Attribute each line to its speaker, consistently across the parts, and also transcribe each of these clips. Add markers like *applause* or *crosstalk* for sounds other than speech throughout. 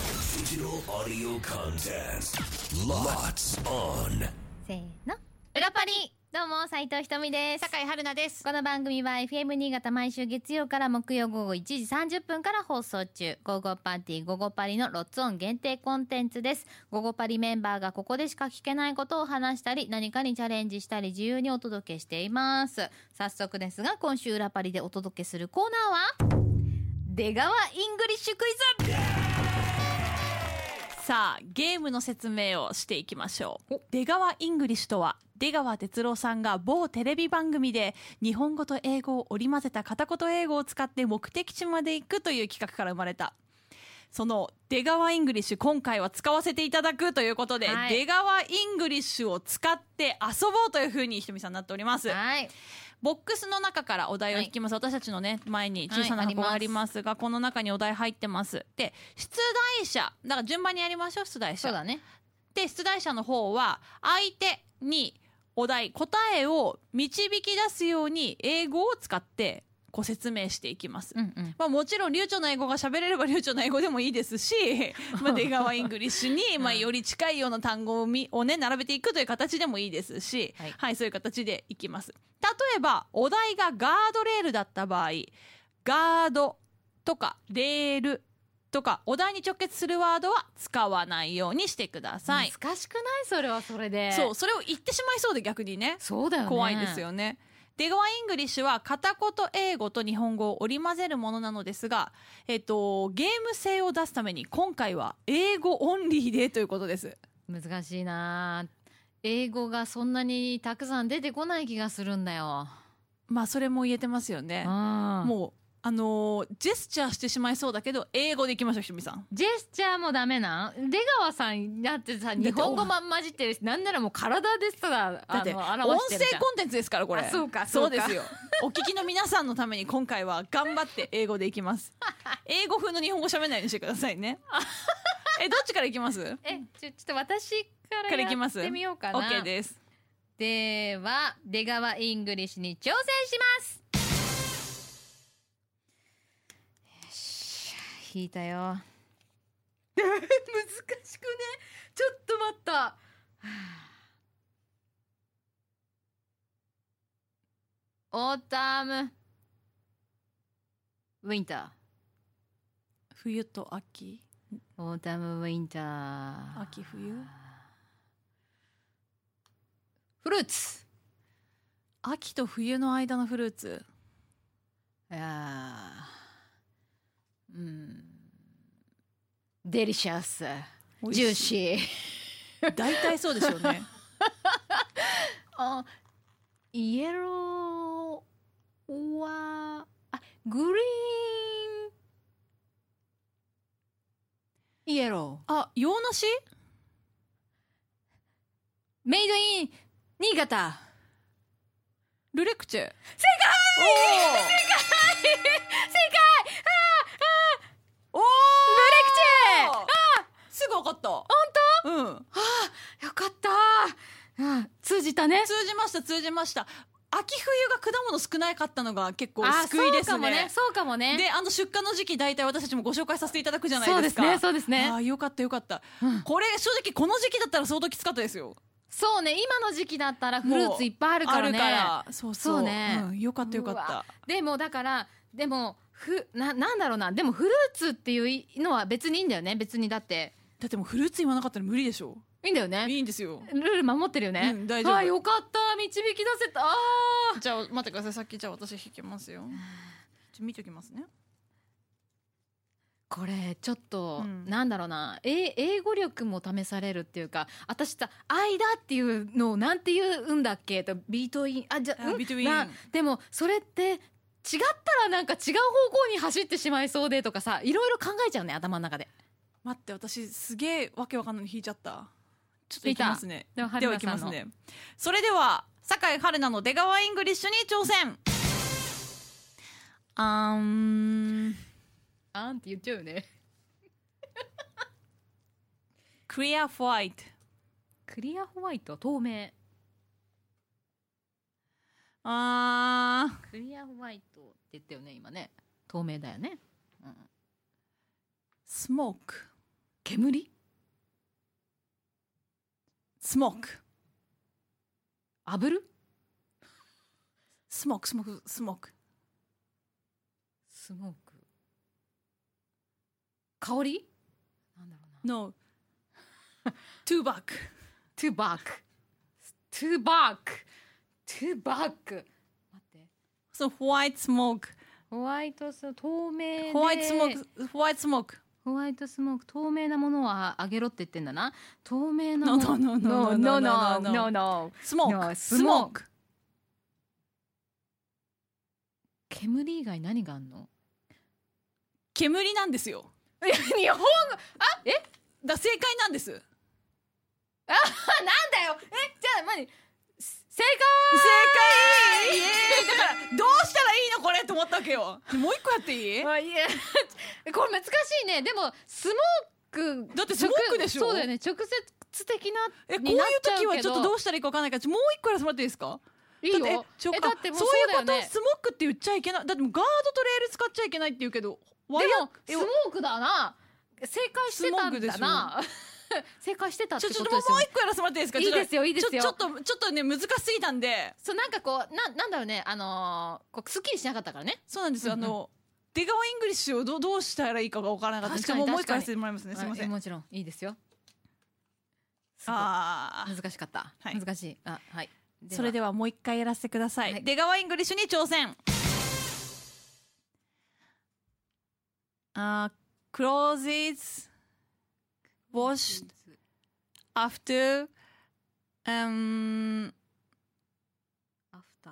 Speaker 1: Digital audio contest. Lots on.
Speaker 2: せーの。裏パリどうも、斉藤ひとみです。
Speaker 3: 酒井春奈です。
Speaker 2: この番組は FM 新潟毎週月曜から木曜午後1時30分から放送中、午後パーティー午後パリのロッツオン限定コンテンツです。午後パリメンバーがここでしか聞けないことを話したり、何かにチャレンジしたり自由にお届けしています。早速ですが、今週裏パリでお届けするコーナーは、出川イングリッシュクイズ
Speaker 3: さあ、ゲームの説明をしていきましょう。出川イングリッシュとは、出川哲郎さんが某テレビ番組で、日本語と英語を織り交ぜた片言英語を使って目的地まで行くという企画から生まれた。その、出川イングリッシュ、今回は使わせていただくということで、
Speaker 2: はい
Speaker 3: 出川イングリッシュを使って遊ぼうというふうにひとみさんなっております。
Speaker 2: はい。
Speaker 3: ボックスの中からお題を引きます。私たちのね、前に小さな箱がありますが、この中にお題入ってます。で、出題者。だから順番にやりましょう、出題
Speaker 2: そう
Speaker 3: 者。
Speaker 2: だね。
Speaker 3: で、出題者の方は、相手にお題、答えを導き出すように英語を使ってご説明していきます。
Speaker 2: うんうん。
Speaker 3: まあもちろん流暢な英語が喋れれば流暢な英語でもいいです *laughs* し、まあ出川イングリッシュに、まあより近いような単語をみをね、並べていくという形でもいいですし、
Speaker 2: は
Speaker 3: はいい、そういう形でいきます。例えば、お題がガードレールだった場合、ガードとかレールとか、お題に直結するワードは使わないようにしてください。
Speaker 2: 難しくないそれはそれで。
Speaker 3: そう、。それを言ってしまいそうで逆にね。
Speaker 2: そうだよね。
Speaker 3: 怖いですよね。出川イングリッシュは片言英語と日本語を織り交ぜるものなのですが、えっと、ゲーム性を出すために今回は英語オンリーでということです。
Speaker 2: 難しいなあ英語がそんなにたくさん出てこない気がするんだよ。
Speaker 3: まあ、それも言えてますよね。
Speaker 2: もう
Speaker 3: もう、あのージェスチャーしてしまいそうだけど、英語でいきましょう、ひとみさん。
Speaker 2: ジェスチャーもダメなん出川さんだってさ、日本語まん混じってるし、なんならもう体でさ、
Speaker 3: だ
Speaker 2: あ
Speaker 3: って、
Speaker 2: の、
Speaker 3: 音
Speaker 2: 表してるじ
Speaker 3: 声
Speaker 2: ゃん。
Speaker 3: コンテンツですから、これ。
Speaker 2: あそうか
Speaker 3: そう
Speaker 2: そう
Speaker 3: で
Speaker 2: か
Speaker 3: すよ。お聞きの皆さんのために今回は頑張って英語でい
Speaker 2: *laughs*
Speaker 3: きます。英語風の日本語喋らないようにしてくださいね。え、どっちからいきます
Speaker 2: え、ちょ、ちょっと私から
Speaker 3: からい
Speaker 2: や
Speaker 3: きます
Speaker 2: ってみようかな。
Speaker 3: ?OK です。
Speaker 2: では、出川イングリッシュに挑戦しますよっしゃ、引いた *laughs* よ。難しくねちょっと待ったはあオータムウィンタ
Speaker 3: 冬と秋
Speaker 2: ーオータムウィンター
Speaker 3: 秋冬
Speaker 2: フルーツ
Speaker 3: 秋と冬の間のフルーツ
Speaker 2: いやーうんデリシャス
Speaker 3: 美味
Speaker 2: ジュー
Speaker 3: し
Speaker 2: シー
Speaker 3: い大体そうでしょうね
Speaker 2: あイエローはあグリーンイエロ
Speaker 3: あ洋梨
Speaker 2: ーメイドイン新潟
Speaker 3: ルレクチェおー
Speaker 2: 正解ルレク
Speaker 3: すぐ分かった本当うん
Speaker 2: チェよかったうん通じたね
Speaker 3: 通じました通じました秋冬が果物少なかったのが結構
Speaker 2: あ
Speaker 3: 救いです
Speaker 2: そうか
Speaker 3: ね
Speaker 2: もねそうかもね
Speaker 3: であの出荷の時期大体私たちもご紹介させていただくじゃな
Speaker 2: そう
Speaker 3: い
Speaker 2: で
Speaker 3: ですすか
Speaker 2: ねそうですね
Speaker 3: ああよかったよかった、
Speaker 2: うん
Speaker 3: これ正直この時期だったら相当きつかったですよ
Speaker 2: そうね今の時期だったらフルーツいっぱいあるからね
Speaker 3: あるからそうそ
Speaker 2: そ
Speaker 3: う
Speaker 2: うね
Speaker 3: んよかったよかっ
Speaker 2: う
Speaker 3: た
Speaker 2: でもだからでもふななんだろうなでもフルーツっていうのは別にいいんだよね別にだって
Speaker 3: だってもうフルーツ言わなかったら無理でしょ
Speaker 2: いいんだよね
Speaker 3: いいんですよ
Speaker 2: ルール守ってるよね、
Speaker 3: うん大丈夫
Speaker 2: あよかった導き出せたあー
Speaker 3: じゃあ待ってくださいさっきじゃあ私引きますよちょ見ておきますね
Speaker 2: これちょっと、
Speaker 3: うん
Speaker 2: なんだろうなえ英語力も試されるっていうか私さ「愛だ」っていうのをなんて言うんだっけとビートインあじゃ
Speaker 3: あ
Speaker 2: うん
Speaker 3: ビートイン
Speaker 2: なでもそれって違ったらなんか違う方向に走ってしまいそうでとかさいろいろ考えちゃうね頭の中で
Speaker 3: 待って私すげえわけわかんないの引いちゃったちょっといきますね
Speaker 2: では
Speaker 3: で
Speaker 2: 春
Speaker 3: は
Speaker 2: 菜
Speaker 3: いき
Speaker 2: さ
Speaker 3: ま
Speaker 2: ん
Speaker 3: す
Speaker 2: の
Speaker 3: ねそれでは酒井春菜の出川イングリッシュに挑戦あーん
Speaker 2: あんって言っちゃうよね
Speaker 3: クリアホワイト
Speaker 2: クリアホワイト透明
Speaker 3: あー
Speaker 2: クリアホワイトって言ったよね今ね透明だよね
Speaker 3: スモーク煙スモーク
Speaker 2: 炙る
Speaker 3: スモークスモークスモーク
Speaker 2: スモーク香りなんだろうな *laughs*
Speaker 3: No トゥーバック
Speaker 2: トゥバックトゥバックトゥバック待って
Speaker 3: そのホワイトスモーク
Speaker 2: ホワイトス透明で
Speaker 3: ホワイトスモークホワイトスモーク
Speaker 2: ホワイトスモーク透明なものはあげろって言ってんだな透明な
Speaker 3: No
Speaker 2: もの
Speaker 3: *laughs* no no no no no no no
Speaker 2: no
Speaker 3: スモー
Speaker 2: No
Speaker 3: クスモーク
Speaker 2: 煙以外何があんの
Speaker 3: 煙なんですよ
Speaker 2: いや日本語
Speaker 3: だ正解なんです正
Speaker 2: なんだよえじゃあ何す正
Speaker 3: 解イエーイだからどうしたらいいのこれと思ったわ
Speaker 2: *laughs*
Speaker 3: けよもう一個やっていい
Speaker 2: 解あいや *laughs* これ難しいねでもスモーク
Speaker 3: だってスモークでしょ
Speaker 2: そうだよね直接的な
Speaker 3: えこう
Speaker 2: に
Speaker 3: いう
Speaker 2: なっちゃうけ
Speaker 3: 時
Speaker 2: ど
Speaker 3: はちょっとどうしたらいいかわかんないからもう一個やらせてもらっていいですか
Speaker 2: いいよ
Speaker 3: だってちょ
Speaker 2: えだってもう
Speaker 3: あそ
Speaker 2: そううだ
Speaker 3: いうこ
Speaker 2: よ
Speaker 3: と
Speaker 2: ね
Speaker 3: スモークって言っちゃいけないだってもうガードとレール使っちゃいけないって言うけどワイヤー
Speaker 2: でもスモークだな正解してたんだな *laughs* 正解してたって
Speaker 3: ち
Speaker 2: こ
Speaker 3: ょち
Speaker 2: と
Speaker 3: ょっ
Speaker 2: で
Speaker 3: と
Speaker 2: すよ
Speaker 3: もう
Speaker 2: ね
Speaker 3: 一個やらせてもらっていいですか
Speaker 2: いいですよいいで
Speaker 3: ちょ
Speaker 2: すよ
Speaker 3: ちょっとちょっとね難しすぎたんで
Speaker 2: そうなんかこうななんだろうねあのーこうすっきりしなかったからね
Speaker 3: そうなんですよあ
Speaker 2: うんうん
Speaker 3: の出川イングリッシュをどうどうしたらいいかがわからなかった
Speaker 2: 確かに
Speaker 3: ちょっともう一
Speaker 2: 確かに
Speaker 3: 回やらせてもらいますねすいませ
Speaker 2: あ
Speaker 3: ん
Speaker 2: もちろんいいですよすごい
Speaker 3: あー
Speaker 2: 難しかった、
Speaker 3: はい
Speaker 2: 難しいあはい
Speaker 3: それではもう一回やらせてください、
Speaker 2: はい
Speaker 3: 出川イングリッシュに挑戦あ clothes washed
Speaker 2: は
Speaker 3: after um
Speaker 2: アフタ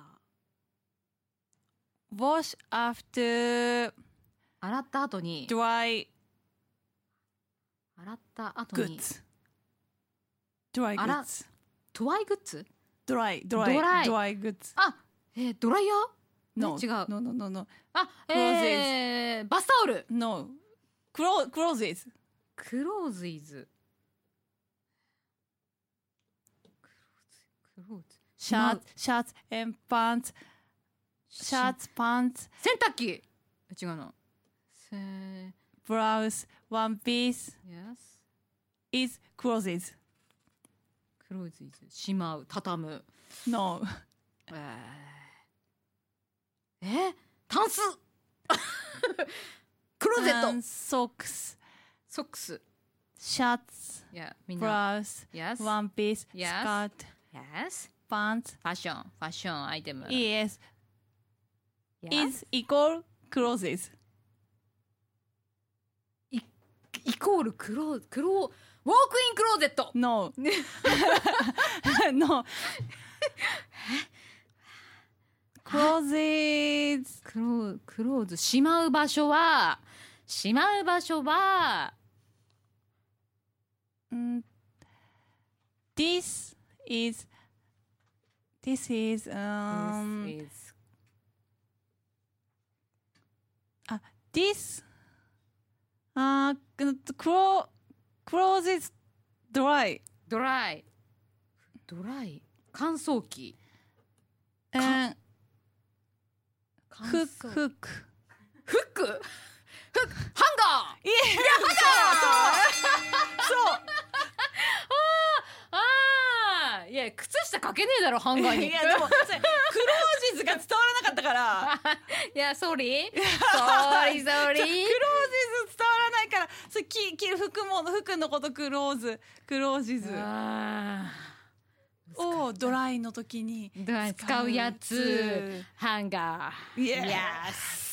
Speaker 2: ー
Speaker 3: wash after
Speaker 2: 洗った後に
Speaker 3: dry
Speaker 2: 洗った後に
Speaker 3: goods dry
Speaker 2: あら
Speaker 3: goods
Speaker 2: トワイグッズ
Speaker 3: dry
Speaker 2: ドラ
Speaker 3: dry
Speaker 2: イ
Speaker 3: dry goods
Speaker 2: あえードライヤー
Speaker 3: no
Speaker 2: 違う
Speaker 3: no no no no
Speaker 2: あえー、バスタオル
Speaker 3: no Clo- clothes
Speaker 2: クローズイズクローズ
Speaker 3: シャツ、シャツ、and pants、
Speaker 2: シ
Speaker 3: シャツ、パンツ、
Speaker 2: 洗濯機違うのせー
Speaker 3: ブラウス、ワンピース、
Speaker 2: yes
Speaker 3: is clothes。
Speaker 2: クローズイズしまう畳む
Speaker 3: no。
Speaker 2: えーえタ
Speaker 3: *laughs*
Speaker 2: ンスクローゼット
Speaker 3: socks、
Speaker 2: ソックス
Speaker 3: シャツ、
Speaker 2: いやみん
Speaker 3: ブ
Speaker 2: な
Speaker 3: ラウス、
Speaker 2: Yes
Speaker 3: ワンピース、スカ
Speaker 2: Yes
Speaker 3: ート、
Speaker 2: Yes
Speaker 3: パンツ、
Speaker 2: ファッションファッションアイテム
Speaker 3: yes、
Speaker 2: Uh, Yes
Speaker 3: is equal clothes。
Speaker 2: イコールクロークローウォークインクローゼット *laughs*
Speaker 3: no。no。clothes。
Speaker 2: クロークローズしまう場所はしまう場所は
Speaker 3: うん this is this is um
Speaker 2: This is
Speaker 3: あ this あークロ closes dry
Speaker 2: ドライドライ乾燥機
Speaker 3: and
Speaker 2: 乾
Speaker 3: hook
Speaker 2: 燥
Speaker 3: hook
Speaker 2: フックフックハンガー
Speaker 3: *laughs* いやそう
Speaker 2: あ *laughs* あいや靴下かけねえだろハンガ
Speaker 3: そう
Speaker 2: ーに
Speaker 3: いやでもそれ closes が伝わらなかったから
Speaker 2: *laughs* いやソーリー *laughs* ソーリーソ *laughs* ーリー
Speaker 3: closes 伝わらないからそれきき服も服のことクローズクロージズ
Speaker 2: あ
Speaker 3: をドライの時に
Speaker 2: ードライ使うやつハンガー
Speaker 3: イエス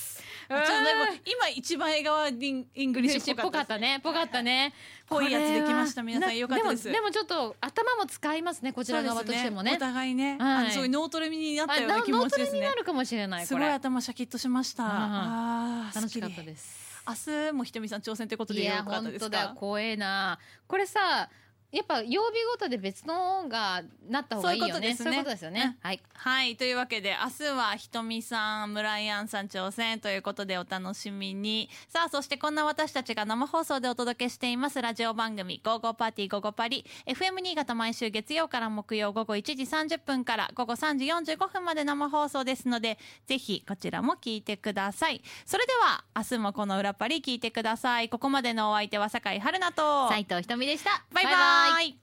Speaker 3: ちょっとなんか今一番映画はインイングリッ
Speaker 2: 嬉
Speaker 3: シ
Speaker 2: しい
Speaker 3: ュっ
Speaker 2: っ
Speaker 3: ぽ
Speaker 2: ぽ
Speaker 3: か
Speaker 2: か
Speaker 3: っ
Speaker 2: ったたねぽかったね
Speaker 3: ぽいやつできました
Speaker 2: これは
Speaker 3: 皆さんよかったです
Speaker 2: なでもでもちょっと頭も使いますねこちら側としても
Speaker 3: そうで
Speaker 2: ね
Speaker 3: すお互い
Speaker 2: は
Speaker 3: ね、
Speaker 2: い
Speaker 3: あのそういう脳トレになったよ
Speaker 2: あ
Speaker 3: うな
Speaker 2: な
Speaker 3: 気
Speaker 2: 脳
Speaker 3: 持
Speaker 2: ト
Speaker 3: ち
Speaker 2: レ
Speaker 3: です
Speaker 2: に
Speaker 3: ね
Speaker 2: なるかもしれないこ
Speaker 3: すご
Speaker 2: れ
Speaker 3: い頭シャキッとしました、
Speaker 2: ん
Speaker 3: あー
Speaker 2: 楽しかった
Speaker 3: す
Speaker 2: です
Speaker 3: っきり明日もひとみさん挑戦ってこと
Speaker 2: い
Speaker 3: でよ
Speaker 2: や
Speaker 3: かった
Speaker 2: 本
Speaker 3: です
Speaker 2: 当
Speaker 3: か
Speaker 2: だよ怖えなこれさやっぱ曜日ごとで別の音がなった方がいいよね。
Speaker 3: そういうこ
Speaker 2: そういうこと
Speaker 3: とですね
Speaker 2: ですよね。はい。
Speaker 3: はい。というわけで、明日はひとみさん、ムライアンさん挑戦ということでお楽しみに。さあ、そしてこんな私たちが生放送でお届けしていますラジオ番組、ゴーゴーパーティーゴーゴーパリ。FM 新潟毎週月曜から木曜午後1時30分から午後3時45分まで生放送ですので、ぜひこちらも聞いてください。それでは、明日もこの裏パリ聞いてください。ここまでのお相手は酒井春菜と、
Speaker 2: 斉藤ひとみでした。
Speaker 3: バイバイ